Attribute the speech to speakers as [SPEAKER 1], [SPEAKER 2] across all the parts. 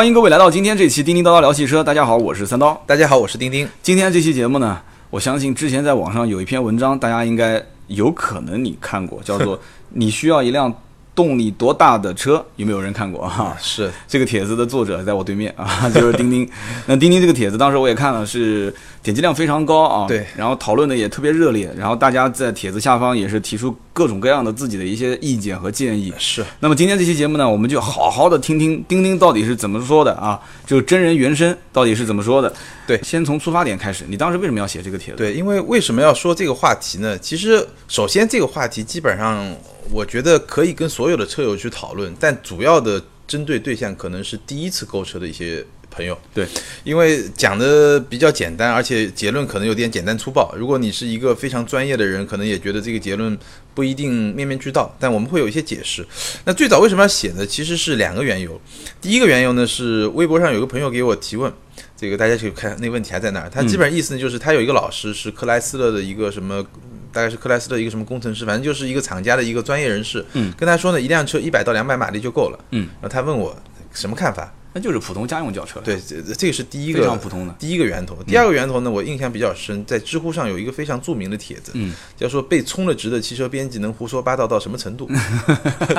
[SPEAKER 1] 欢迎各位来到今天这期《叮叮叨叨聊汽车》，大家好，我是三刀。
[SPEAKER 2] 大家好，我是丁丁。
[SPEAKER 1] 今天这期节目呢，我相信之前在网上有一篇文章，大家应该有可能你看过，叫做“你需要一辆动力多大的车”，有没有人看过 啊？
[SPEAKER 2] 是
[SPEAKER 1] 这个帖子的作者在我对面啊， 就是钉钉。那钉钉这个帖子当时我也看了，是点击量非常高啊，
[SPEAKER 2] 对
[SPEAKER 1] 然后讨论的也特别热烈，然后大家在帖子下方也是提出各种各样的自己的一些意见和建议。
[SPEAKER 2] 是，
[SPEAKER 1] 那么今天这期节目呢，我们就好好的听听钉钉到底是怎么说的啊，就真人原声到底是怎么说的。
[SPEAKER 2] 对
[SPEAKER 1] 先从出发点开始，你当时为什么要写这个帖子？，
[SPEAKER 2] 对，因为为什么要说这个话题呢？其实，首先这个话题基本上，我觉得可以跟所有的车友去讨论，但主要的针对对象可能是第一次购车的一些朋友。
[SPEAKER 1] 对，
[SPEAKER 2] 因为讲的比较简单，而且结论可能有点简单粗暴。如果你是一个非常专业的人，可能也觉得这个结论不一定面面俱到，但我们会有一些解释。那最早为什么要写呢？其实是两个缘由。第一个缘由呢是微博上有个朋友给我提问，这个大家去看那问题还在哪
[SPEAKER 1] 嗯
[SPEAKER 2] 儿。他基本上意思呢就是他有一个老师是克莱斯勒的一个什么。大概是克莱斯勒一个什么工程师，反正就是一个厂家的一个专业人士，
[SPEAKER 1] 嗯，
[SPEAKER 2] 跟他说呢，一辆车一百到两百马力就够了，
[SPEAKER 1] 嗯，
[SPEAKER 2] 然后他问我什么看法，
[SPEAKER 1] 那就是普通家用轿车，，
[SPEAKER 2] 对，这这个是第一个
[SPEAKER 1] 非常普通的
[SPEAKER 2] 第一个源头。第二个源头呢，我印象比较深，在知乎上有一个非常著名的帖子，
[SPEAKER 1] 嗯
[SPEAKER 2] 叫说被充了值的汽车编辑能胡说八道到什么程度？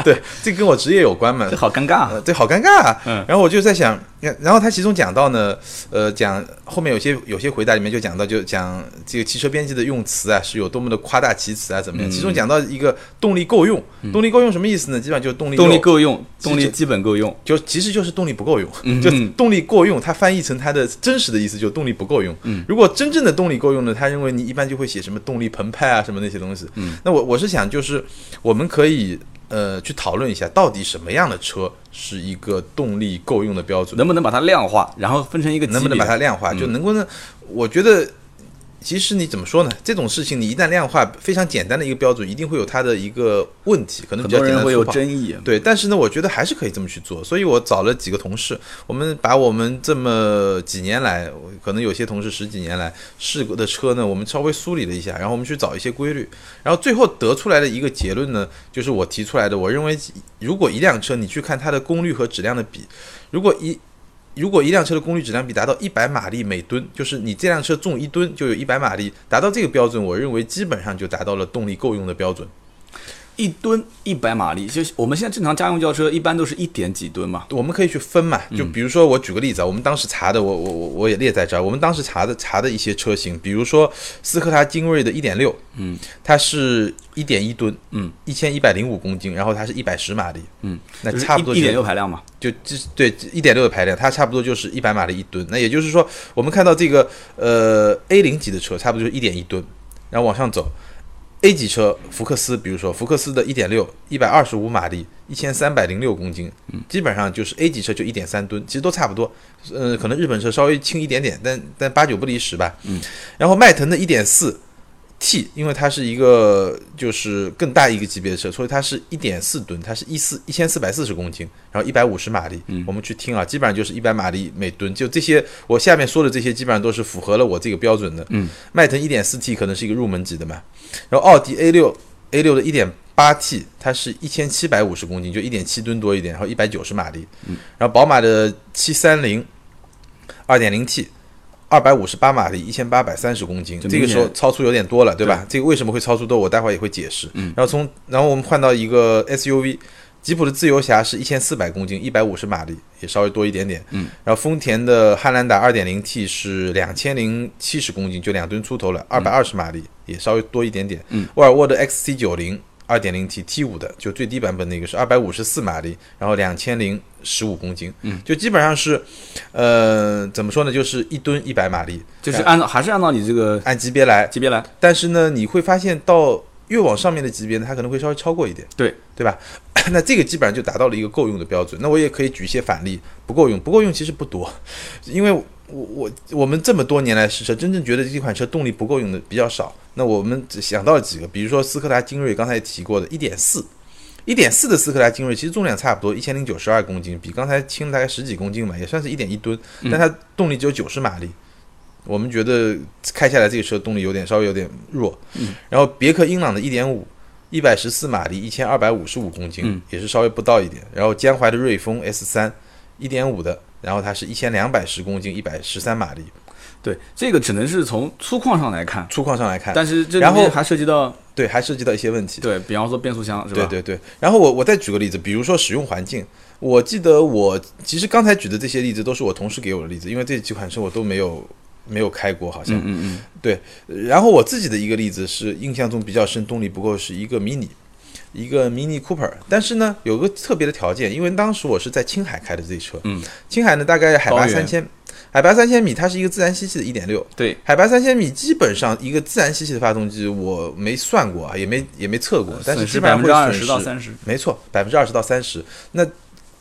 [SPEAKER 2] 对，这跟我职业有关嘛
[SPEAKER 1] 这。好尴尬。
[SPEAKER 2] 呃，对，好尴尬啊。
[SPEAKER 1] 嗯
[SPEAKER 2] 然后我就在想，然然后他其中讲到呢，呃，讲后面有些有些回答里面就讲到，就讲这个汽车编辑的用词啊，是有多么的夸大其词啊，怎
[SPEAKER 1] 嗯
[SPEAKER 2] 么样？其中讲到一个动力够用，动力够用什么意思呢？基本上就是动力
[SPEAKER 1] 动力
[SPEAKER 2] 肉
[SPEAKER 1] 够用，
[SPEAKER 2] 其实
[SPEAKER 1] 动力基本够用。
[SPEAKER 2] 就其实就是动力不够用，
[SPEAKER 1] 嗯
[SPEAKER 2] 就动力过用，它翻译成它的真实的意思就是动力不够用。
[SPEAKER 1] 嗯
[SPEAKER 2] 如果真正的动力够用呢，他认为你一般就会写什么动力澎湃啊，什么那些东西。
[SPEAKER 1] 嗯
[SPEAKER 2] 那我我是想就是我们可以呃去讨论一下，到底什么样的车是一个动力够用的标准，
[SPEAKER 1] 能不能把它量化，然后分成一个级别？
[SPEAKER 2] 能不能把它量
[SPEAKER 1] 嗯
[SPEAKER 2] 化，就能够呢？我觉得。其实你怎么说呢？这种事情你一旦量化，非常简单的一个标准，一定会有它的一个问题，可能
[SPEAKER 1] 很
[SPEAKER 2] 比较
[SPEAKER 1] 多
[SPEAKER 2] 简单
[SPEAKER 1] 人
[SPEAKER 2] 粗
[SPEAKER 1] 会有
[SPEAKER 2] 暴
[SPEAKER 1] 争议。
[SPEAKER 2] 对，但是呢，我觉得还是可以这么去做，所以我找了几个同事，我们把我们这么几年来，可能有些同事十几年来试过的车呢，我们稍微梳理了一下，然后我们去找一些规律，然后最后得出来的一个结论呢，就是我提出来的，我认为如果一辆车你去看它的功率和质量的比，如果一如果一辆车的功率质量比达到一百马力每吨，就是你这辆车重一吨就有一百马力，达到这个标准，我认为基本上就达到了动力够用的标准。
[SPEAKER 1] 一吨一百马力，就是我们现在正常家用轿车一般都是一点几吨嘛。
[SPEAKER 2] 我们可以去分嘛，就
[SPEAKER 1] 嗯
[SPEAKER 2] 比如说我举个例子啊，我们当时查的，我我我我也列在这儿。我们当时查的查的一些车型，比如说斯柯达精锐的1.6，
[SPEAKER 1] 嗯，
[SPEAKER 2] 它是一点一吨，
[SPEAKER 1] 嗯，
[SPEAKER 2] 一千一百零五公斤，然后它是一百十马力，
[SPEAKER 1] 嗯，
[SPEAKER 2] 那呃差不多
[SPEAKER 1] 一
[SPEAKER 2] 就
[SPEAKER 1] 点六排量嘛。
[SPEAKER 2] 就就对一点六的排量，它差不多就是一百马力一吨。那也就是说，我们看到这个呃 A 零级的车，差不多就是一点一吨，然后往上走。A 级车福克斯，比如说福克斯的一点六，一百二十五马力，一千三百零六公斤，基本上就是 A 级车就一点三吨，其实都差不多。呃，可能日本车稍微轻一点点，但但八九不离十吧。嗯。然后迈腾的一点四 T，因为它是一个就是更大一个级别的车，所以它是一点四吨，它是一四一千四百四十公斤，然后一百五十马力。我们去听啊，基本上就是一百马力每吨。就这些，我下面说的这些基本上都是符合了我这个标准的。嗯，迈腾一点四 T 可能是一个入门级的嘛，然后奥迪 A 六 A 六的一点八 T，它是一千七百五十公斤，就一点七吨多一点，然后一百九十马力。
[SPEAKER 1] 嗯
[SPEAKER 2] 然后宝马的七三零二点零 T。二百五十八马力，一千八百三十公斤，
[SPEAKER 1] 就
[SPEAKER 2] 这
[SPEAKER 1] 明
[SPEAKER 2] 个时候
[SPEAKER 1] 显
[SPEAKER 2] 超出有点多了，对吧？这个为什么会超出多，我待会儿也会解释。
[SPEAKER 1] 嗯
[SPEAKER 2] 然后从然后我们换到一个 SUV，吉普的自由侠是一千四百公斤，一百五十马力，也稍微多一点点。嗯，然后丰田的汉兰达二点零 T 是两千零七十公斤，就两吨出头了，二百二十马力，也稍微多一点点。嗯，沃尔沃的 XC 九零。二点零 T T 五的，就最低版本那个是二百五十四马力，然后两千零十五公斤，嗯，就基本上是，呃，怎么说呢，就是一吨一百马力，
[SPEAKER 1] 就是按照还是按照你这个
[SPEAKER 2] 按级别来，
[SPEAKER 1] 级别来。
[SPEAKER 2] 但是呢，你会发现到越往上面的级别呢，它可能会稍微超过一点，
[SPEAKER 1] 对
[SPEAKER 2] 对吧？ 那这个基本上就达到了一个够用的标准。那我也可以举一些反例，不够用，不够用其实不多，因为我我我们这么多年来试车，真正觉得这款车动力不够用的比较少。那我们只想到了几个，比如说斯柯达精锐，刚才也提过的，一点四。一点四的斯柯达精锐其实重量差不多，一千零九十二公斤，比刚才轻了大概十几公斤吧，也算是一点一吨，但它动力只有九十马力，我们觉得开下来这个车动力有点稍微有点弱。然后别克英朗的1.5，一百十四马力，一千二百五十五公斤，也是稍微不到一点。然后江淮的瑞风 S 3 1.5的然后它是一千两百十公斤，一百十三马力，
[SPEAKER 1] 对，这个只能是从粗犷上来看，
[SPEAKER 2] 粗犷上来看，
[SPEAKER 1] 但是这
[SPEAKER 2] 哎然后
[SPEAKER 1] 里面还涉及到
[SPEAKER 2] 对还涉及到一些问题。
[SPEAKER 1] 对，比方说变速箱是吧？
[SPEAKER 2] 对对对，然后我我再举个例子，比如说使用环境，我记得我其实刚才举的这些例子都是我同事给我的例子，因为这几款车我都没有没有开过，好像、
[SPEAKER 1] 嗯嗯
[SPEAKER 2] 对。然后我自己的一个例子是印象中比较深，动力不够是一个 mini，一个 mini Cooper，但是呢有个特别的条件，因为当时我是在青海开的这车，
[SPEAKER 1] 嗯，
[SPEAKER 2] 青海呢大概海拔
[SPEAKER 1] 高原
[SPEAKER 2] 三千，海拔三千米，它是一个自然吸气的一点六，
[SPEAKER 1] 嗯，对，
[SPEAKER 2] 海拔三千米，基本上一个自然吸气的发动机，我没算过啊，也没也没测过，但
[SPEAKER 1] 损
[SPEAKER 2] 是基
[SPEAKER 1] 失百
[SPEAKER 2] 本上
[SPEAKER 1] 分
[SPEAKER 2] 会
[SPEAKER 1] 之二
[SPEAKER 2] 损
[SPEAKER 1] 十
[SPEAKER 2] 失
[SPEAKER 1] 到三十，
[SPEAKER 2] 没错，百分之二十到三十。那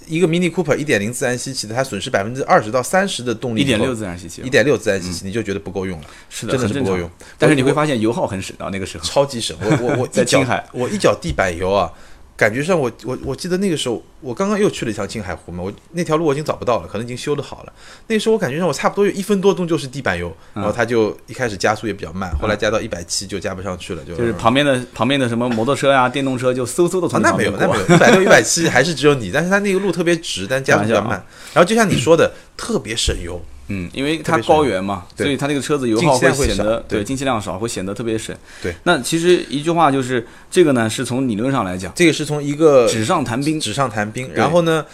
[SPEAKER 2] 一个 Mini Cooper 一点零自然吸气的，它损失百分之二十到三十的动力
[SPEAKER 1] 一
[SPEAKER 2] 以后，
[SPEAKER 1] 点六自然吸气嗯
[SPEAKER 2] 一，点六自然吸气，你就觉得不够用了，
[SPEAKER 1] 是的，
[SPEAKER 2] 真的
[SPEAKER 1] 很
[SPEAKER 2] 是
[SPEAKER 1] 正
[SPEAKER 2] 不够
[SPEAKER 1] 常。
[SPEAKER 2] 用。
[SPEAKER 1] 但是你会
[SPEAKER 2] 我
[SPEAKER 1] 发现油耗很省啊，那个时候
[SPEAKER 2] 超级省， 我我我
[SPEAKER 1] 在
[SPEAKER 2] 一脚
[SPEAKER 1] 青海
[SPEAKER 2] 我一脚地板油啊，感觉上我我我记得那个时候，我刚刚又去了一趟青海湖嘛，我那条路我已经找不到了，可能已经修的好了。那时候我感觉上我差不多有一分多钟就是地板油，然
[SPEAKER 1] 嗯
[SPEAKER 2] 后它就一开始加速也比较慢，后来加到一百七就加不上去了，就
[SPEAKER 1] 就是旁边的旁边的什么摩托车啊、电动车就嗖嗖的
[SPEAKER 2] 嗯啊，
[SPEAKER 1] 从你
[SPEAKER 2] 那
[SPEAKER 1] 旁
[SPEAKER 2] 没有
[SPEAKER 1] 边，
[SPEAKER 2] 那
[SPEAKER 1] 过
[SPEAKER 2] 没。有，一百六、一百七还是只有你，但是它那个路特别直，但加速比较
[SPEAKER 1] 啊
[SPEAKER 2] 慢。然后就像你说的，特别省油，
[SPEAKER 1] 嗯，因为
[SPEAKER 2] 特
[SPEAKER 1] 它
[SPEAKER 2] 别省
[SPEAKER 1] 高原嘛，
[SPEAKER 2] 对
[SPEAKER 1] 所以它那个车子油
[SPEAKER 2] 进
[SPEAKER 1] 耗
[SPEAKER 2] 气量会
[SPEAKER 1] 显
[SPEAKER 2] 少
[SPEAKER 1] 得
[SPEAKER 2] 对
[SPEAKER 1] 对进气量少，会显得特别省。
[SPEAKER 2] 对，
[SPEAKER 1] 那其实一句话就是这个呢，是从理论上来讲，
[SPEAKER 2] 这个是从一个
[SPEAKER 1] 纸上谈兵。
[SPEAKER 2] 纸上谈兵。然后呢，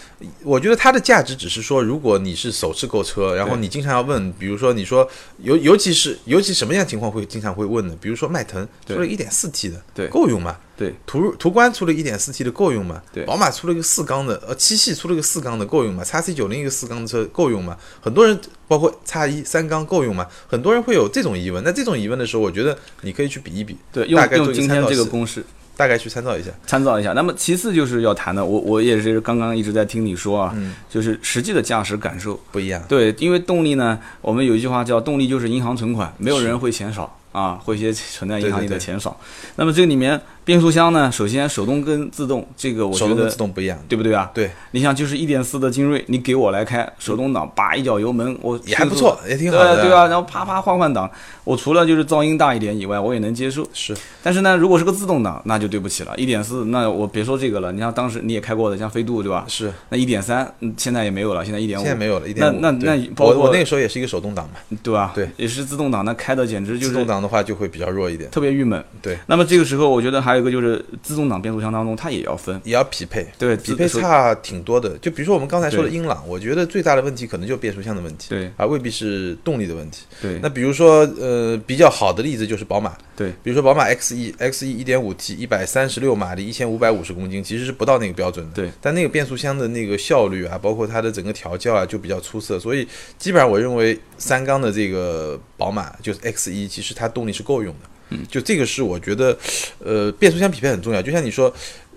[SPEAKER 2] 我觉得它的价值只是说，如果你是首次购车，然后
[SPEAKER 1] 对
[SPEAKER 2] 你经常要问，比如说你说尤尤其是尤其什么样的情况会经常会问呢？比如说迈腾出
[SPEAKER 1] 对
[SPEAKER 2] 了一点四 T 的，
[SPEAKER 1] 对
[SPEAKER 2] 够用吗？
[SPEAKER 1] 对，
[SPEAKER 2] 途途观出了一点四 T 的够用吗？
[SPEAKER 1] 对
[SPEAKER 2] 宝马出了一个四缸的，呃，七系出了一个四缸的够用吗？x C 九零一个四缸的车够用吗？很多人包括 x 一三缸够用吗？很多人会有这种疑问。那这种疑问的时候，我觉得你可以去比一比，
[SPEAKER 1] 对，
[SPEAKER 2] 大
[SPEAKER 1] 用
[SPEAKER 2] 概做
[SPEAKER 1] 用
[SPEAKER 2] 一
[SPEAKER 1] 今
[SPEAKER 2] 参
[SPEAKER 1] 天
[SPEAKER 2] 照
[SPEAKER 1] 这个
[SPEAKER 2] 系
[SPEAKER 1] 公式
[SPEAKER 2] 大概去参照一下。
[SPEAKER 1] 参照一下。那么其次就是要谈的，我我也是刚刚一直在听你说啊，
[SPEAKER 2] 嗯
[SPEAKER 1] 就是实际的驾驶感受。
[SPEAKER 2] 不一样，
[SPEAKER 1] 对，因为动力呢，我们有一句话叫“动力就是银行存款”，没有人会嫌少啊，会些存在银行里
[SPEAKER 2] 对对对
[SPEAKER 1] 的钱少。那么这里面变速箱呢，首先手动跟自动，这个我
[SPEAKER 2] 手
[SPEAKER 1] 觉
[SPEAKER 2] 动跟
[SPEAKER 1] 得
[SPEAKER 2] 自动不一样，
[SPEAKER 1] 对不对啊？
[SPEAKER 2] 对，
[SPEAKER 1] 你想就是一点四的精锐，你给我来开手动挡，叭一脚油门，我
[SPEAKER 2] 也还
[SPEAKER 1] 迅
[SPEAKER 2] 不
[SPEAKER 1] 速
[SPEAKER 2] 错，也挺好
[SPEAKER 1] 对
[SPEAKER 2] 的。
[SPEAKER 1] 对啊，然后啪啪换换挡，我除了就是噪音大一点以外，我也能接受。
[SPEAKER 2] 是
[SPEAKER 1] 但是呢，如果是个自动挡，那就对不起了，一点四，那我别说这个了，你像当时你也开过的，像飞度对吧？
[SPEAKER 2] 是，
[SPEAKER 1] 那一点三现在也没有了，现在一点五，
[SPEAKER 2] 现在没有了，一
[SPEAKER 1] 那
[SPEAKER 2] 点五。
[SPEAKER 1] 那
[SPEAKER 2] 对
[SPEAKER 1] 那包
[SPEAKER 2] 我
[SPEAKER 1] 括
[SPEAKER 2] 我那个时候也是一个手动挡嘛，
[SPEAKER 1] 对吧？
[SPEAKER 2] 对，
[SPEAKER 1] 也是自动挡，那开的简直就
[SPEAKER 2] 自动
[SPEAKER 1] 是
[SPEAKER 2] 挡的话就会比较弱一点，
[SPEAKER 1] 特别郁闷。
[SPEAKER 2] 对，
[SPEAKER 1] 那么这个时候，我觉得还有一个就是自动挡变速箱当中，它也要分，
[SPEAKER 2] 也要匹配。
[SPEAKER 1] 对，
[SPEAKER 2] 匹
[SPEAKER 1] 自
[SPEAKER 2] 配
[SPEAKER 1] 手
[SPEAKER 2] 差挺多的。就比如说我们刚才说的
[SPEAKER 1] 对
[SPEAKER 2] 英朗，我觉得最大的问题可能就变速箱的问题，
[SPEAKER 1] 对
[SPEAKER 2] 而未必是动力的问题。
[SPEAKER 1] 对
[SPEAKER 2] 那比如说，呃，比较好的例子就是宝马，
[SPEAKER 1] 对
[SPEAKER 2] 比如说宝马 X E X E 一点五 T 一百三十六马力一千五百五十公斤，其实是不到那个标准的。
[SPEAKER 1] 对，
[SPEAKER 2] 但那个变速箱的那个效率啊，包括它的整个调教啊，就比较出色。所以基本上我认为三缸的这个宝马就是 X E，其实它动力是够用的。嗯，就这个是我觉得，呃，变速箱匹配很重要。就像你说，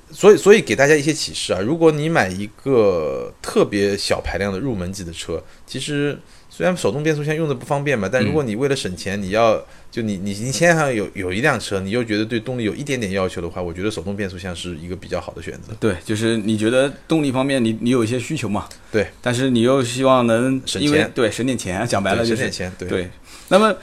[SPEAKER 2] 所以，所以给大家一些启示啊，如果你买一个特别小排量的入门级的车，其实虽然手动变速箱用的不方便嘛，但
[SPEAKER 1] 嗯
[SPEAKER 2] 如果你为了省钱，你要就你你你现在上有有一辆车，你又觉得对动力有一点点要求的话，我觉得手动变速箱是一个比较好的选择，
[SPEAKER 1] 对，就是你觉得动力方面你你有一些需求嘛？
[SPEAKER 2] 对，
[SPEAKER 1] 但是你又希望能
[SPEAKER 2] 省
[SPEAKER 1] 因为
[SPEAKER 2] 钱
[SPEAKER 1] 对省点钱，讲白了
[SPEAKER 2] 对
[SPEAKER 1] 就
[SPEAKER 2] 省点
[SPEAKER 1] 是
[SPEAKER 2] 钱，对
[SPEAKER 1] 对。那么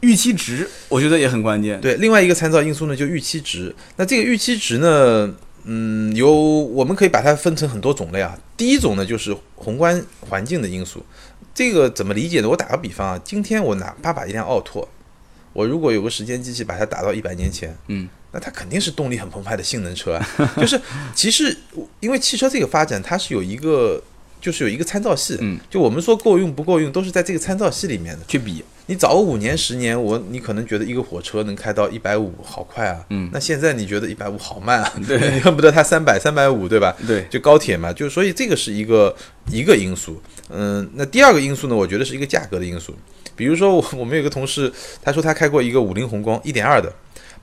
[SPEAKER 1] 预期值，我觉得也很关键。
[SPEAKER 2] 对，另外一个参照因素呢，就预期值。那这个预期值呢，嗯，有我们可以把它分成很多种类啊。第一种呢，就是宏观环境的因素。这个怎么理解呢？我打个比方啊，今天我哪怕把一辆奥拓，我如果有个时间机器把它打到一百年前，
[SPEAKER 1] 嗯，
[SPEAKER 2] 那它肯定是动力很澎湃的性能车啊。就是其实因为汽车这个发展，它是有一个就是有一个参照系，
[SPEAKER 1] 嗯，
[SPEAKER 2] 就我们说够用不够用，都是在这个参照系里面的。
[SPEAKER 1] 去比，
[SPEAKER 2] 你早五年十年，我你可能觉得一个火车能开到一百五，好快啊。
[SPEAKER 1] 嗯
[SPEAKER 2] 那现在你觉得一百五好慢啊？
[SPEAKER 1] 对，
[SPEAKER 2] 你 恨不得它三百、三百五，对吧？
[SPEAKER 1] 对
[SPEAKER 2] 就高铁嘛，就所以这个是一个一个因素。嗯，那第二个因素呢，我觉得是一个价格的因素。比如说我 我们有一个同事，他说他开过一个五菱宏光一点二的，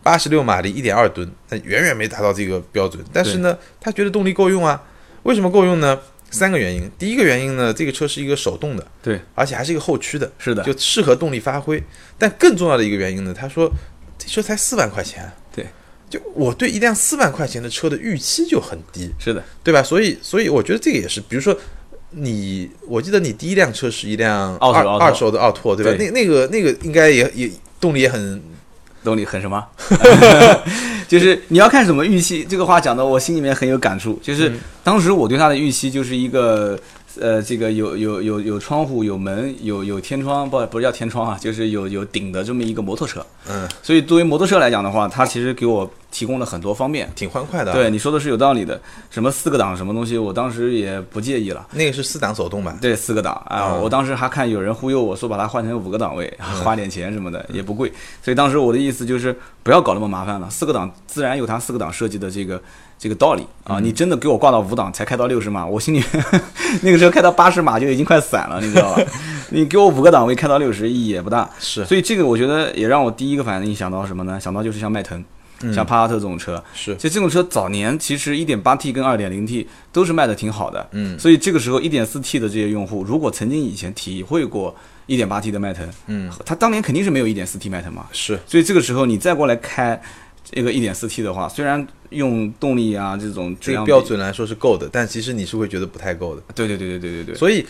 [SPEAKER 2] 八十六马力，一点二吨，那远远没达到这个标准。但是呢，他觉得动力够用啊。为什么够用呢？三个原因。第一个原因呢，这个车是一个手动的，
[SPEAKER 1] 对，
[SPEAKER 2] 而且还是一个后驱的，
[SPEAKER 1] 是的，
[SPEAKER 2] 就适合动力发挥。但更重要的一个原因呢，他说这车才四万块钱，啊
[SPEAKER 1] 对，
[SPEAKER 2] 就我对一辆四万块钱的车的预期就很低，
[SPEAKER 1] 是的，
[SPEAKER 2] 对吧？所以，所以我觉得这个也是，比如说你，我记得你第一辆车是一辆
[SPEAKER 1] 二手
[SPEAKER 2] 二
[SPEAKER 1] 奥拓
[SPEAKER 2] 二手的奥拓，对吧？
[SPEAKER 1] 对
[SPEAKER 2] 那那个那个应该也也动力也很
[SPEAKER 1] 动力很什么？ 就是你要看什么预期。这个话讲的我心里面很有感触，就是当时我对它的预期就是一个呃，这个有有有有窗户、有门、有有天窗，不不是叫天窗啊，就是有有顶的这么一个摩托车。
[SPEAKER 2] 嗯，
[SPEAKER 1] 所以作为摩托车来讲的话，它其实给我提供了很多方便。
[SPEAKER 2] 挺欢快的啊。
[SPEAKER 1] 对，你说的是有道理的，什么四个档什么东西，我当时也不介意了。
[SPEAKER 2] 那个是四档手动吧？
[SPEAKER 1] 对，四个档啊！我当时还看有人忽悠我说把它换成五个档位，花点钱什么的也不贵，所以当时我的意思就是不要搞那么麻烦了，四个档自然有它四个档设计的这个这个道理啊！你真的给我挂到五档才开到六十码，我心里 那个时候开到八十码就已经快散了，你知道吧？ 你给我五个档位开到六十意义也不大，
[SPEAKER 2] 是
[SPEAKER 1] 所以这个我觉得也让我第一个反应想到什么呢？想到就是像迈腾。像帕萨特这种车，
[SPEAKER 2] 是
[SPEAKER 1] 就这种车早年其实 1.8T 跟 2.0T 都是卖的挺好的，
[SPEAKER 2] 嗯
[SPEAKER 1] 所以这个时候 1.4T 的这些用户，如果曾经以前体会过 1.8T 的迈腾，
[SPEAKER 2] 嗯，
[SPEAKER 1] 他当年肯定是没有 1.4T 迈腾嘛，
[SPEAKER 2] 是
[SPEAKER 1] 所以这个时候你再过来开这个 1.4T 的话，虽然用动力啊这种质
[SPEAKER 2] 这
[SPEAKER 1] 量
[SPEAKER 2] 个
[SPEAKER 1] 比
[SPEAKER 2] 标，准来说是够的，但其实你是会觉得不太够的。
[SPEAKER 1] 对对对对对对对。
[SPEAKER 2] 所以，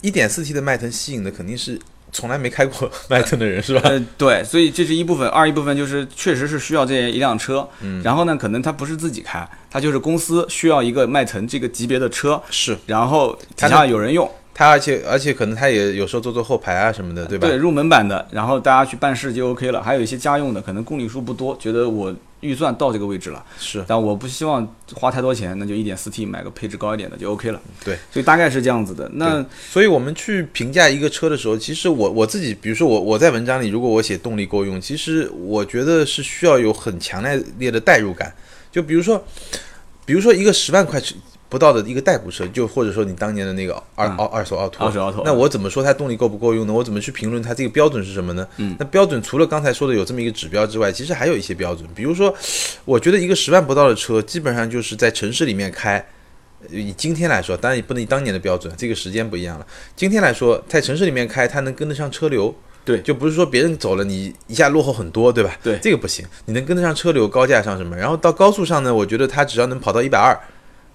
[SPEAKER 2] 一点四 T 的迈腾吸引的肯定是从来没开过 迈腾的人，是吧？
[SPEAKER 1] 呃，对，所以这是一部分，二一部分就是确实是需要这一辆车，嗯，然后呢，可能他不是自己开，他就是公司需要一个迈腾这个级别的车，
[SPEAKER 2] 是
[SPEAKER 1] 然后底
[SPEAKER 2] 它
[SPEAKER 1] 下有人用，
[SPEAKER 2] 他，而且而且可能他也有时候坐坐后排啊什么的，对吧？
[SPEAKER 1] 入门版的，然后大家去办事就 OK 了。还有一些家用的，可能公里数不多，觉得我预算到这个位置了，
[SPEAKER 2] 是
[SPEAKER 1] 但我不希望花太多钱，那就一点四 T 买个配置高一点的就 OK 了。
[SPEAKER 2] 对，
[SPEAKER 1] 所以大概是这样子的。那
[SPEAKER 2] 所以我们去评价一个车的时候，其实我我自己，比如说我我在文章里，如果我写动力够用，其实我觉得是需要有很强烈的代入感。就比如说，比如说一个十万块钱不到的一个代步车，就或者说你当年的那个二
[SPEAKER 1] 嗯
[SPEAKER 2] 二二手奥拓，
[SPEAKER 1] 二手奥拓
[SPEAKER 2] 那我怎么说它动力够不够用呢？我怎么去评论它这个标准是什么呢？嗯，那标准除了刚才说的有这么一个指标之外，其实还有一些标准，比如说，我觉得一个十万不到的车，基本上就是在城市里面开。以今天来说，当然也不能以当年的标准，这个时间不一样了。今天来说，在城市里面开，它能跟得上车流，
[SPEAKER 1] 对
[SPEAKER 2] 就不是说别人走了，你一下落后很多，对吧？
[SPEAKER 1] 对
[SPEAKER 2] 这个不行，你能跟得上车流，高架上什么？然后到高速上呢，我觉得它只要能跑到一百二，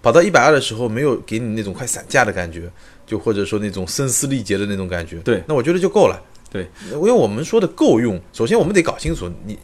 [SPEAKER 2] 跑到一百二的时候，没有给你那种快散架的感觉，就或者说那种声嘶力竭的那种感觉，
[SPEAKER 1] 对
[SPEAKER 2] 那我觉得就够了。
[SPEAKER 1] 对，
[SPEAKER 2] 因为我们说的够用，首先我们得搞清楚你。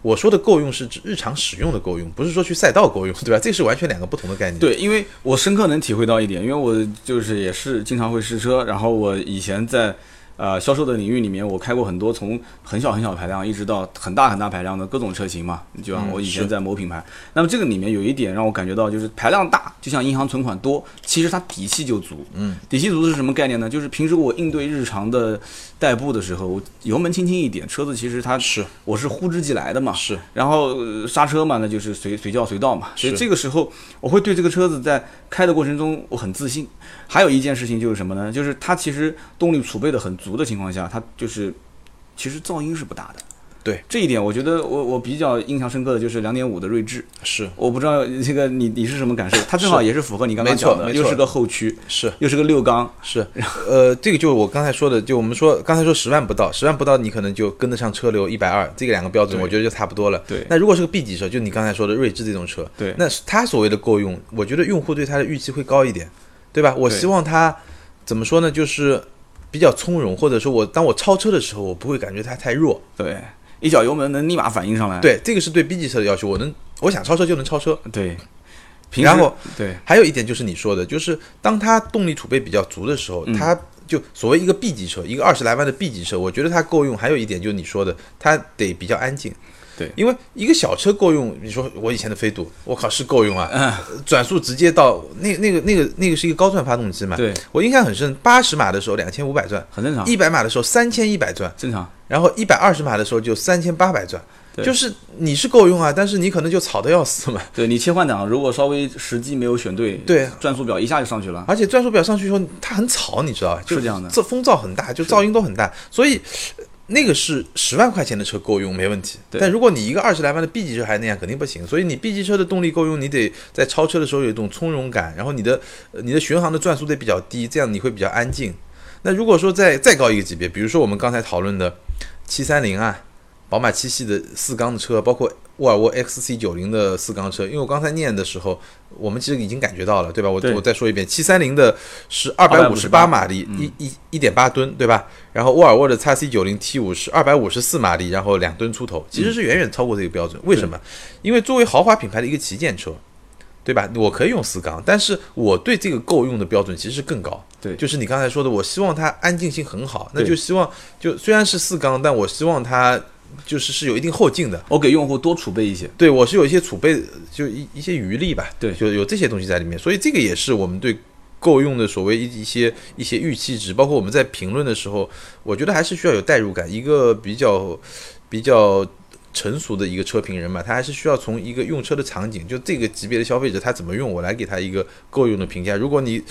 [SPEAKER 2] 我说的够用是指日常使用的够用，不是说去赛道够用，对吧？这是完全两个不同的概念。
[SPEAKER 1] 对，因为我深刻能体会到一点，因为我就是也是经常会试车，然后我以前在呃销售的领域里面，我开过很多从很小很小的排量一直到很大很大排量的各种车型嘛，就像
[SPEAKER 2] 嗯
[SPEAKER 1] 我以
[SPEAKER 2] 是
[SPEAKER 1] 前在某品牌。那么这个里面有一点让我感觉到，就是排量大，就像银行存款多，其实它底气就足。
[SPEAKER 2] 嗯，
[SPEAKER 1] 底气足是什么概念呢？就是平时我应对日常的代步的时候，我油门轻轻一点，车子其实它
[SPEAKER 2] 是
[SPEAKER 1] 我是呼之即来的嘛。
[SPEAKER 2] 是，
[SPEAKER 1] 然后、呃刹车嘛，那就是随随叫随到嘛。所以
[SPEAKER 2] 是
[SPEAKER 1] 这个时候，我会对这个车子在开的过程中我很自信。还有一件事情就是什么呢？就是它其实动力储备的很足的情况下，它就是其实噪音是不大的。
[SPEAKER 2] 对
[SPEAKER 1] 这一点，我觉得我我比较印象深刻的就是两点五的锐志，
[SPEAKER 2] 是
[SPEAKER 1] 我不知道这个你你是什么感受？它正好也是符合你刚刚
[SPEAKER 2] 没错
[SPEAKER 1] 讲的，
[SPEAKER 2] 没错
[SPEAKER 1] 又是个后驱，
[SPEAKER 2] 是
[SPEAKER 1] 又是个六缸，
[SPEAKER 2] 是，呃，这个就是我刚才说的，就我们说刚才说十万不到，十万不到你可能就跟得上车流一百二，这个两个标准
[SPEAKER 1] 对
[SPEAKER 2] 我觉得就差不多了。
[SPEAKER 1] 对
[SPEAKER 2] 那如果是个 B 级车，就你刚才说的锐志这种车，
[SPEAKER 1] 对
[SPEAKER 2] 那是它所谓的够用，我觉得用户对它的预期会高一点，对吧？我
[SPEAKER 1] 对
[SPEAKER 2] 希望它怎么说呢，就是比较从容，或者说我当我超车的时候，我不会感觉它太弱。
[SPEAKER 1] 对，一脚油门能立马反应上来。
[SPEAKER 2] 对，这个是对 B 级车的要求，我能我想超车就能超车。
[SPEAKER 1] 对，平时
[SPEAKER 2] 然后
[SPEAKER 1] 对
[SPEAKER 2] 还有一点就是你说的，就是当它动力储备比较足的时候，
[SPEAKER 1] 嗯
[SPEAKER 2] 它就所谓一个 B 级车，一个二十来万的 B 级车，我觉得它够用。还有一点就是你说的，它得比较安静。
[SPEAKER 1] 对
[SPEAKER 2] 因为一个小车够用，你说我以前的飞度，我靠是够用啊，转速直接到那那个那个那个是一个高转发动机嘛，
[SPEAKER 1] 对，啊
[SPEAKER 2] 我印象很深，八十码的时候两千五百转，
[SPEAKER 1] 很正常，
[SPEAKER 2] 一百码的时候三千一百转，
[SPEAKER 1] 正常。
[SPEAKER 2] 然后一百二十码的时候就三千八百转，
[SPEAKER 1] 对
[SPEAKER 2] 就是你是够用啊，但是你可能就吵得要死嘛，
[SPEAKER 1] 对你切换档，如果稍微时机没有选对，
[SPEAKER 2] 对，
[SPEAKER 1] 转速表一下就上去了。
[SPEAKER 2] 而且转速表上去以后，它很吵，你知道吧？就是
[SPEAKER 1] 这样的
[SPEAKER 2] 这风噪很大，就噪音都很大，所以呃那个是十万块钱的车够用没问题。
[SPEAKER 1] 对
[SPEAKER 2] 但如果你一个二十来万的 B 级车还那样，肯定不行。所以你 B 级车的动力够用，你得在超车的时候有一种从容感，然后你的呃你的巡航的转速得比较低，这样你会比较安静。那如果说再再高一个级别，比如说我们刚才讨论的七三零啊，宝马七系的四缸的车，包括沃尔沃 XC 九零的四缸车，因为我刚才念的时候，我们其实已经感觉到了，对吧？我
[SPEAKER 1] 对
[SPEAKER 2] 我再说一遍，七三零的是二百五十八
[SPEAKER 1] 258
[SPEAKER 2] 马力，嗯一一一点八吨，对吧？然后沃尔沃的 x C 九零 T 五是二百五十四马力，然后嗯两吨出头，其实是远远超过这个标准。为什么？因为作为豪华品牌的一个旗舰车，对吧？我可以用四缸，但是我对这个够用的标准其实是更高。
[SPEAKER 1] 对
[SPEAKER 2] 就是你刚才说的，我希望它安静性很好，那
[SPEAKER 1] 对
[SPEAKER 2] 就希望就虽然是四缸，但我希望它就是是有一定后劲的。
[SPEAKER 1] 我给用户多储备一些。
[SPEAKER 2] 对我是有一些储备，就一一些余力吧。
[SPEAKER 1] 对
[SPEAKER 2] 就有这些东西在里面，所以这个也是我们对够用的所谓一一些一些预期值，包括我们在评论的时候，我觉得还是需要有代入感。一个比较比较成熟的一个车评人嘛，他还是需要从一个用车的场景，就这个级别的消费者他怎么用，我来给他一个够用的评价。如果你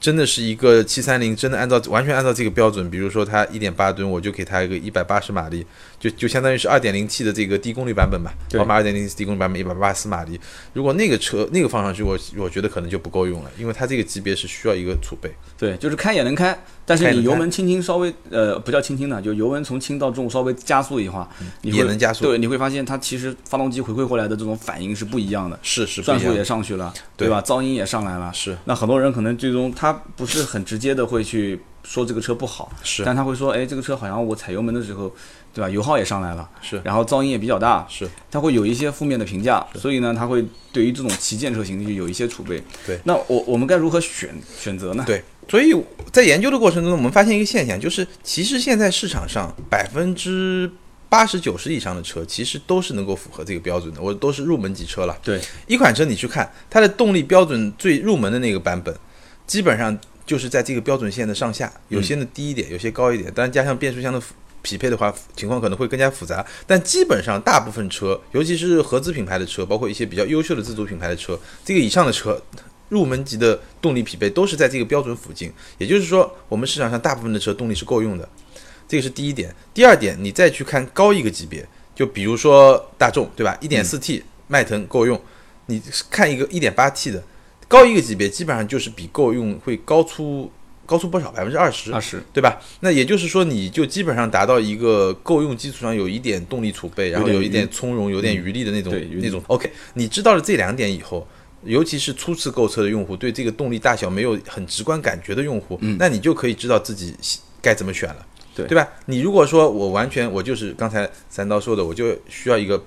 [SPEAKER 2] 真的是一个七三零，真的按照完全按照这个标准，比如说它一点八吨，我就给它一个一百八十马力，就就相当于是二点零 T 的这个低功率版本吧，
[SPEAKER 1] 对
[SPEAKER 2] 宝马二点零低功率版本一百八十马力。如果那个车那个放上去，我我觉得可能就不够用了，因为它这个级别是需要一个储备。
[SPEAKER 1] 对，就是开也能开，但是
[SPEAKER 2] 开也
[SPEAKER 1] 你
[SPEAKER 2] 能
[SPEAKER 1] 油
[SPEAKER 2] 开
[SPEAKER 1] 门轻轻稍微呃不叫轻轻的，就油门从轻到重稍微加速一下，你会
[SPEAKER 2] 嗯也能加速
[SPEAKER 1] 对，你会发现它其实发动机回馈回来的这种反应是不一样的，
[SPEAKER 2] 是是不
[SPEAKER 1] 转
[SPEAKER 2] 一
[SPEAKER 1] 速
[SPEAKER 2] 样
[SPEAKER 1] 也
[SPEAKER 2] 的，
[SPEAKER 1] 上去了，
[SPEAKER 2] 对
[SPEAKER 1] 对吧？噪音也上来了。
[SPEAKER 2] 是
[SPEAKER 1] 那很多人可能最终他不是很直接的会去说这个车不好，
[SPEAKER 2] 是
[SPEAKER 1] 但他会说，哎，这个车好像我踩油门的时候，对吧？油耗也上来了，
[SPEAKER 2] 是
[SPEAKER 1] 然后噪音也比较大，
[SPEAKER 2] 是
[SPEAKER 1] 他会有一些负面的评价，所以呢，他会对于这种旗舰车型就有一些储备。
[SPEAKER 2] 对
[SPEAKER 1] 那我我们该如何选选择呢？
[SPEAKER 2] 对，所以在研究的过程中，我们发现一个现象，就是其实现在市场上百分之八十九十以上的车，其实都是能够符合这个标准的，我都是入门级车了。
[SPEAKER 1] 对
[SPEAKER 2] 一款车你去看它的动力标准最入门的那个版本，基本上就是在这个标准线的上下，有些呢低一点，有些高一点，当然加上变速箱的复匹配的话，情况可能会更加复杂。但基本上大部分车，尤其是合资品牌的车，包括一些比较优秀的自主品牌的车，这个以上的车。入门级的动力匹配都是在这个标准附近，也就是说，我们市场上大部分的车动力是够用的，这个是第一点。第二点，你再去看高一个级别，就比如说大众，对吧？一点四 T 迈腾够用，你看一个一点八 T 的高一个级别，基本上就是比够用会高出高出不少，百分之二十
[SPEAKER 1] 二，十
[SPEAKER 2] 对吧？那也就是说，你就基本上达到一个够用基础上有一点动力储备，然后
[SPEAKER 1] 有点
[SPEAKER 2] 有
[SPEAKER 1] 余嗯
[SPEAKER 2] 一点从容、有点余力的那种
[SPEAKER 1] 对余力
[SPEAKER 2] 那种。OK，你知道了这两点以后。尤其是初次购车的用户，对这个动力大小没有很直观感觉的用户，
[SPEAKER 1] 嗯
[SPEAKER 2] 那你就可以知道自己该怎么选了，
[SPEAKER 1] 对
[SPEAKER 2] 对吧？你如果说我完全我就是刚才三刀说的，我就需要一个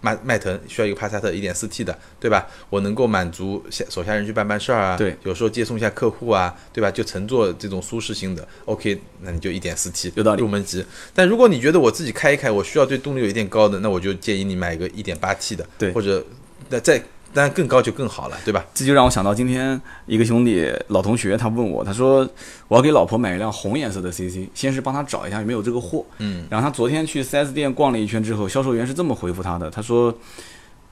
[SPEAKER 2] 迈迈腾需要一个帕萨特 1.4T 的，对吧？我能够满足下手下人去办办事儿啊，
[SPEAKER 1] 对，
[SPEAKER 2] 有时候接送一下客户啊，对吧？就乘坐这种舒适性的，OK，那你就 1.4T
[SPEAKER 1] 有道理
[SPEAKER 2] 入门级。但如果你觉得我自己开一开，我需要对动力有一点高的，那我就建议你买一个 1.8T 的，
[SPEAKER 1] 对
[SPEAKER 2] 或者那再当然更高就更好了，对吧？
[SPEAKER 1] 这就让我想到今天一个兄弟老同学，他问我，他说我要给老婆买一辆红颜色的 CC，先是帮他找一下有没有这个货。嗯，然后他昨天去 4S 店逛了一圈之后，销售员是这么回复他的，他说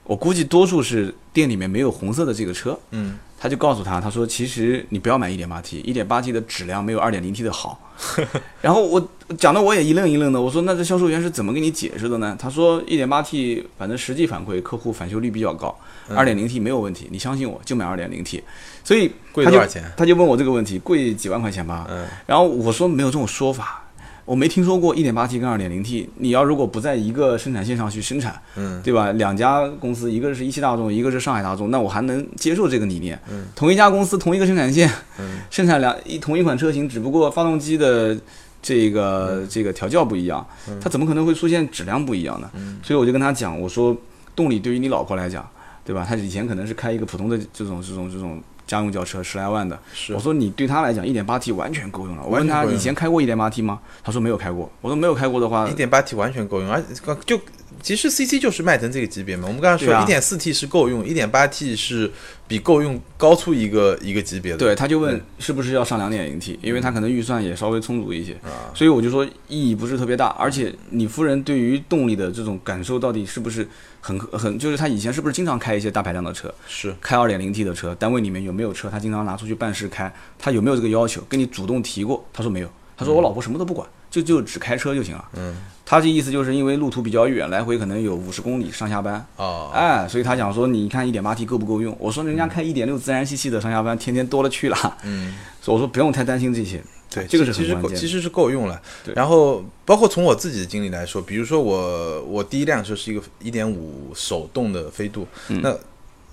[SPEAKER 1] 我估计多数是店里面没有红色的这个车。
[SPEAKER 2] 嗯，
[SPEAKER 1] 他就告诉他，他说其实你不要买 1.8T，1.8T 的质量没有 2.0T 的好。 然后我讲的我也一愣一愣的，我说那这销售员是怎么给你解释的呢？他说 1.8T 反正实际反馈客户返修率比较高，2.0T
[SPEAKER 2] 嗯
[SPEAKER 1] 没有问题，你相信我就买 2.0T。所以
[SPEAKER 2] 贵
[SPEAKER 1] 他
[SPEAKER 2] 多
[SPEAKER 1] 就
[SPEAKER 2] 少钱
[SPEAKER 1] 他就问我这个问题，贵几万块钱吧。
[SPEAKER 2] 嗯
[SPEAKER 1] 然后我说没有这种说法。我没听说过 1.8T 跟 2.0T，你要如果不在一个生产线上去生产，
[SPEAKER 2] 嗯，
[SPEAKER 1] 对吧？两家公司，一个是一汽大众，一个是上海大众，那我还能接受这个理念。嗯，同一家公司，同一个生产线，嗯、生产两一同一款车型，只不过发动机的这个、
[SPEAKER 2] 嗯
[SPEAKER 1] 这个调教不一样，它怎么可能会出现质量不一样呢？
[SPEAKER 2] 嗯
[SPEAKER 1] 所以我就跟他讲，我说动力对于你老婆来讲，对吧？她以前可能是开一个普通的这种这种这种家用轿车，十来万的。
[SPEAKER 2] 是
[SPEAKER 1] 我说你对她来讲，一点八 T 完全够用了。我问
[SPEAKER 2] 完全
[SPEAKER 1] 她
[SPEAKER 2] 够用
[SPEAKER 1] 以前开过一点八 T 吗？她说没有开过。我说没有开过的话
[SPEAKER 2] 一，点八 T 完全够用，而且就其实 CC 就是迈腾这个级别嘛。我们刚刚说
[SPEAKER 1] 对啊
[SPEAKER 2] 一点四 T 是够用，一点八 T 是比够用高出一个一个级别的。
[SPEAKER 1] 对，嗯他就问是不是要上两点零 T，因为他可能预算也稍微充足一些，所以我就说意义不是特别大。而且你夫人对于动力的这种感受到底是不是很很，就是她以前是不是经常开一些大排量的车，
[SPEAKER 2] 是
[SPEAKER 1] 开二点零 T 的车，单位里面有没有车，她经常拿出去办事开，她有没有这个要求？跟你主动提过？她说没有，她说我老婆什么都不管，就就只开车就行了。嗯，她这意思就是因为路途比较远，来回可能有五十公里上下班，
[SPEAKER 2] 啊，
[SPEAKER 1] 哎，所以他讲说，你看一点八 T 够不够用？我说
[SPEAKER 2] 嗯
[SPEAKER 1] 人家开一点六自然吸气的上下班，天天多了去了。嗯，所以我说不用太担心这些。
[SPEAKER 2] 对，
[SPEAKER 1] 这个是
[SPEAKER 2] 其
[SPEAKER 1] 很
[SPEAKER 2] 实
[SPEAKER 1] 关
[SPEAKER 2] 够
[SPEAKER 1] 键的
[SPEAKER 2] 其实是够用了
[SPEAKER 1] 对。
[SPEAKER 2] 然后包括从我自己的经历来说，比如说我我第一辆车是一个一点五手动的飞度，
[SPEAKER 1] 嗯
[SPEAKER 2] 那。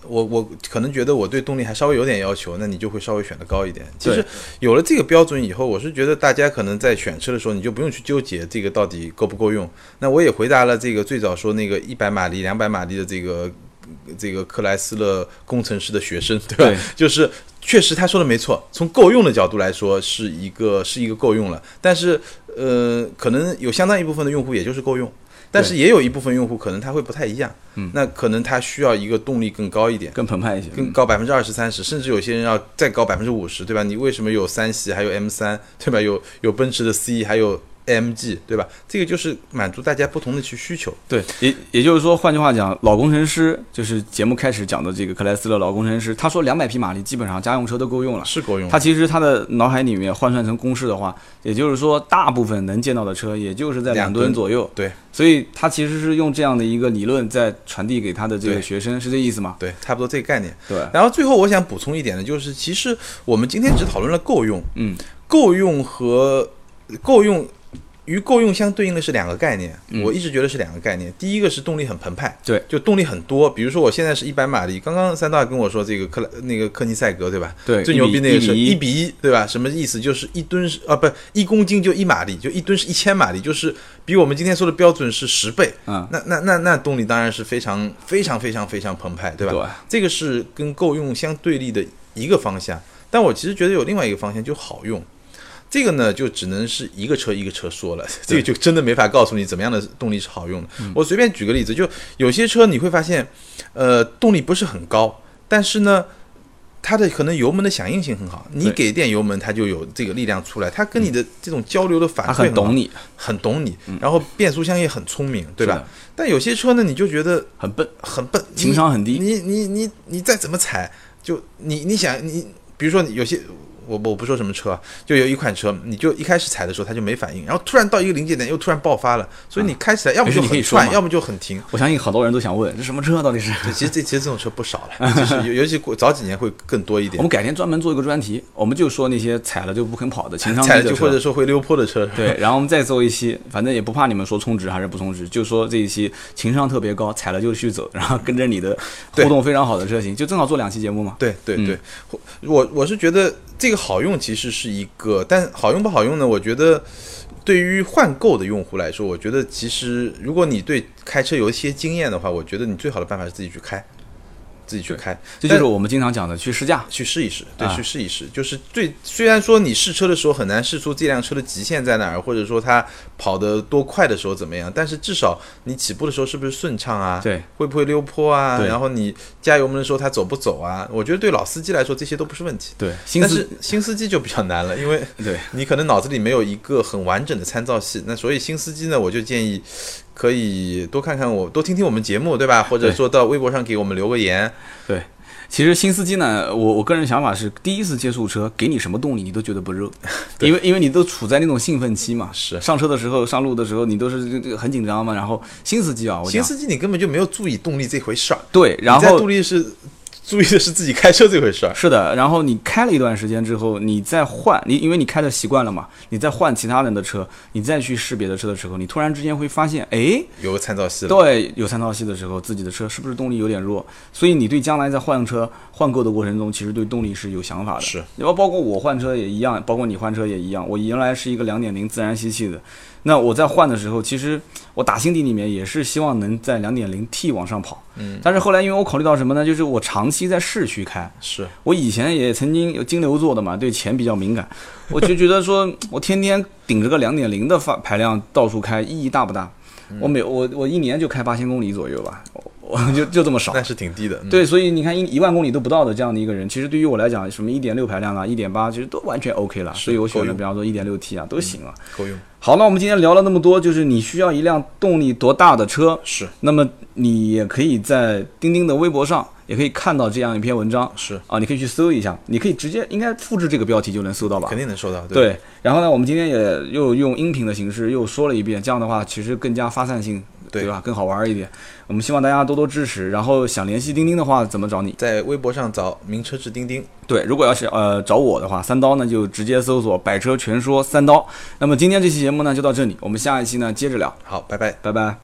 [SPEAKER 2] 我我可能觉得我对动力还稍微有点要求，那你就会稍微选的高一点。其实
[SPEAKER 1] 对
[SPEAKER 2] 有了这个标准以后，我是觉得大家可能在选车的时候，你就不用去纠结这个到底够不够用。那我也回答了这个最早说那个一百马力、两百马力的这个这个克莱斯勒工程师的学生，对吧？
[SPEAKER 1] 对
[SPEAKER 2] 就是确实他说的没错，从够用的角度来说是一个是一个够用了，但是呃，可能有相当一部分的用户也就是够用。但是也有一部分用户可能他会不太一样，嗯，那可能他需要一个动力更高一点，
[SPEAKER 1] 更澎湃一些。嗯
[SPEAKER 2] 更高百分之二十、三十，甚至有些人要再高百分之五十，对吧？你为什么有三系，还有 M 三，对吧？有有奔驰的 C，还有 AMG，对吧？这个就是满足大家不同的去需求。
[SPEAKER 1] 对，也也就是说，换句话讲，老工程师就是节目开始讲的这个克莱斯勒老工程师，他说两百匹马力基本上家用车都够用了。
[SPEAKER 2] 是够用的，
[SPEAKER 1] 他其实他的脑海里面换算成公式的话，也就是说，大部分能见到的车也就是在两
[SPEAKER 2] 两吨
[SPEAKER 1] 吨左右。
[SPEAKER 2] 对
[SPEAKER 1] 所以他其实是用这样的一个理论在传递给他的这个
[SPEAKER 2] 对
[SPEAKER 1] 学生，是这意思吗？
[SPEAKER 2] 对，差不多这个概念。
[SPEAKER 1] 对，
[SPEAKER 2] 然后最后我想补充一点呢，就是其实我们今天只讨论了够用，
[SPEAKER 1] 嗯，
[SPEAKER 2] 够用和够用与够用相对应的是两个概念，
[SPEAKER 1] 嗯
[SPEAKER 2] 我一直觉得是两个概念。第一个是动力很澎湃，
[SPEAKER 1] 对，
[SPEAKER 2] 就动力很多。比如说我现在是一百马力，刚刚三大跟我说这个克莱那个科尼赛格对吧？
[SPEAKER 1] 对
[SPEAKER 2] 最牛逼那个是
[SPEAKER 1] 一
[SPEAKER 2] 一
[SPEAKER 1] 比
[SPEAKER 2] 比一，对吧？什么意思？就是一吨是啊，不一公斤就一马力，就一吨是一千马力，就是比我们今天说的标准是十倍。
[SPEAKER 1] 嗯，
[SPEAKER 2] 那那那那动力当然是非常非常非常非常澎湃，对吧？
[SPEAKER 1] 对
[SPEAKER 2] 这个是跟够用相对立的一个方向。但我其实觉得有另外一个方向就好用，这个呢就只能是一个车一个车说了， 这个就真的没法告诉你怎么样的动力是好用的。
[SPEAKER 1] 嗯
[SPEAKER 2] 我随便举个例子，就有些车你会发现，呃，动力不是很高，但是呢。它的可能油门的响应性很好，你
[SPEAKER 1] 对
[SPEAKER 2] 给点油门，它就有这个力量出来。它跟你的这种交流的反馈
[SPEAKER 1] 他很
[SPEAKER 2] 好
[SPEAKER 1] 懂你，
[SPEAKER 2] 很懂你，然后变速箱也很聪明，对
[SPEAKER 1] 是
[SPEAKER 2] 吧
[SPEAKER 1] 的？
[SPEAKER 2] 但有些车呢，你就觉得
[SPEAKER 1] 很笨，
[SPEAKER 2] 很笨，你
[SPEAKER 1] 情商很低
[SPEAKER 2] 你你你你再怎么踩，就你你想你，比如说有些我我不说什么车啊，就有一款车，你就一开始踩的时候它就没反应，然后突然到一个临界点又突然爆发了，所以你开起来要
[SPEAKER 1] 啊
[SPEAKER 2] 么
[SPEAKER 1] 没事
[SPEAKER 2] 就
[SPEAKER 1] 你可以
[SPEAKER 2] 很
[SPEAKER 1] 说
[SPEAKER 2] 窜，
[SPEAKER 1] 嘛
[SPEAKER 2] 要么就很停。
[SPEAKER 1] 我相信好多人都想问，这什么车啊到底是？
[SPEAKER 2] 对，其实这其实这种车不少了，就是 尤尤其过早几年会更多一
[SPEAKER 1] 我
[SPEAKER 2] 点
[SPEAKER 1] 们，改天专门做一个专题，我们就说那些踩了就不肯跑的哦情商低
[SPEAKER 2] 踩
[SPEAKER 1] 的
[SPEAKER 2] 了就
[SPEAKER 1] 车
[SPEAKER 2] 或者说会溜坡的车，
[SPEAKER 1] 对，然后我们再做一期，反正也不怕你们说充值还是不充值，就说这一期情商特别高，踩了就去走，然后跟着你的互动非常好的车型，就正好做两期节目嘛。
[SPEAKER 2] 对对对，我我是觉得这个好用其实是一个，但好用不好用呢？我觉得对于换购的用户来说，我觉得其实如果你对开车有一些经验的话，我觉得你最好的办法是自己去开，自己去开，
[SPEAKER 1] 这就是我们经常讲的去试驾。
[SPEAKER 2] 去试一试，对，
[SPEAKER 1] 啊
[SPEAKER 2] 去试一试，就是最虽然说你试车的时候很难试出这辆车的极限在哪儿，或者说它跑得多快的时候怎么样，但是至少你起步的时候是不是顺畅啊？
[SPEAKER 1] 对，
[SPEAKER 2] 会不会溜坡啊？
[SPEAKER 1] 对
[SPEAKER 2] 然后你加油门的时候它走不走啊？我觉得对老司机来说这些都不是问题。
[SPEAKER 1] 对，新
[SPEAKER 2] 但
[SPEAKER 1] 司
[SPEAKER 2] 是新司机就比较难了，因为
[SPEAKER 1] 对
[SPEAKER 2] 你可能脑子里没有一个很完整的参照系。那所以新司机呢，我就建议可以多看看我，多听听我们节目，对吧？或者
[SPEAKER 1] 对
[SPEAKER 2] 说到微博上给我们留个言。
[SPEAKER 1] 对。其实新司机呢，我我个人想法是，第一次接触车，给你什么动力你都觉得不 热，因为因为你都处在那种兴奋期嘛。
[SPEAKER 2] 是
[SPEAKER 1] 上车的时候、上路的时候，你都是这个很紧张嘛。然后新司机啊，我
[SPEAKER 2] 新
[SPEAKER 1] 讲
[SPEAKER 2] 司机你根本就没有注意动力这回事儿，
[SPEAKER 1] 对，然
[SPEAKER 2] 你在
[SPEAKER 1] 后
[SPEAKER 2] 动力是注意的是自己开车这回事儿。
[SPEAKER 1] 是的，然后你开了一段时间之后，你再换你，因为你开的习惯了嘛，你再换其他人的车，你再去试别的车的时候，你突然之间会发现，哎，
[SPEAKER 2] 有个参照系了，
[SPEAKER 1] 对，有参照系的时候，自己的车是不是动力有点弱？所以你对将来在换车、换购的过程中，其实对动力是有想法的。
[SPEAKER 2] 是，
[SPEAKER 1] 然后包括我换车也一样，包括你换车也一样。我原来是一个2.0自然吸气的，那我在换的时候，其实我打心底里面也是希望能在 2.0T 往上跑。嗯，但是后来因为我考虑到什么呢？就是我长期在市区开，
[SPEAKER 2] 是
[SPEAKER 1] 我以前也曾经有金牛座的嘛，对钱比较敏感，我就觉得说，我天天顶着个两点零的发排量到处开，意义大不大？我每我我一年就开八千公里左右吧，我我就就这么少。
[SPEAKER 2] 那是挺低的。嗯，
[SPEAKER 1] 对，所以你看一一万公里都不到的这样的一个人，其实对于我来讲，什么一点六排量啊，一点八其实都完全 OK 了。所以我选
[SPEAKER 2] 够
[SPEAKER 1] 的
[SPEAKER 2] 用嗯
[SPEAKER 1] 比方说一点六 T 啊都行了。
[SPEAKER 2] 够用。
[SPEAKER 1] 好，那我们今天聊了那么多，就是你需要一辆动力多大的车？
[SPEAKER 2] 是
[SPEAKER 1] 那么你也可以在钉钉的微博上，也可以看到这样一篇文章。
[SPEAKER 2] 是
[SPEAKER 1] 啊，你可以去搜一下，你可以直接应该复制这个标题就能搜到吧
[SPEAKER 2] 肯？定能收到。对
[SPEAKER 1] 对。然后呢，我们今天也又用音频的形式又说了一遍，这样的话其实更加发散性，
[SPEAKER 2] 对
[SPEAKER 1] 对吧？更好玩一点。我们希望大家多多支持。然后想联系钉钉的话，怎么找你？
[SPEAKER 2] 在微博上找“名车志钉钉
[SPEAKER 1] 对，如果要是呃找我的话，三刀呢就直接搜索“百车全说三刀”。那么今天这期节目呢就到这里，我们下一期呢接着聊，”。
[SPEAKER 2] 好，拜拜。
[SPEAKER 1] 拜拜。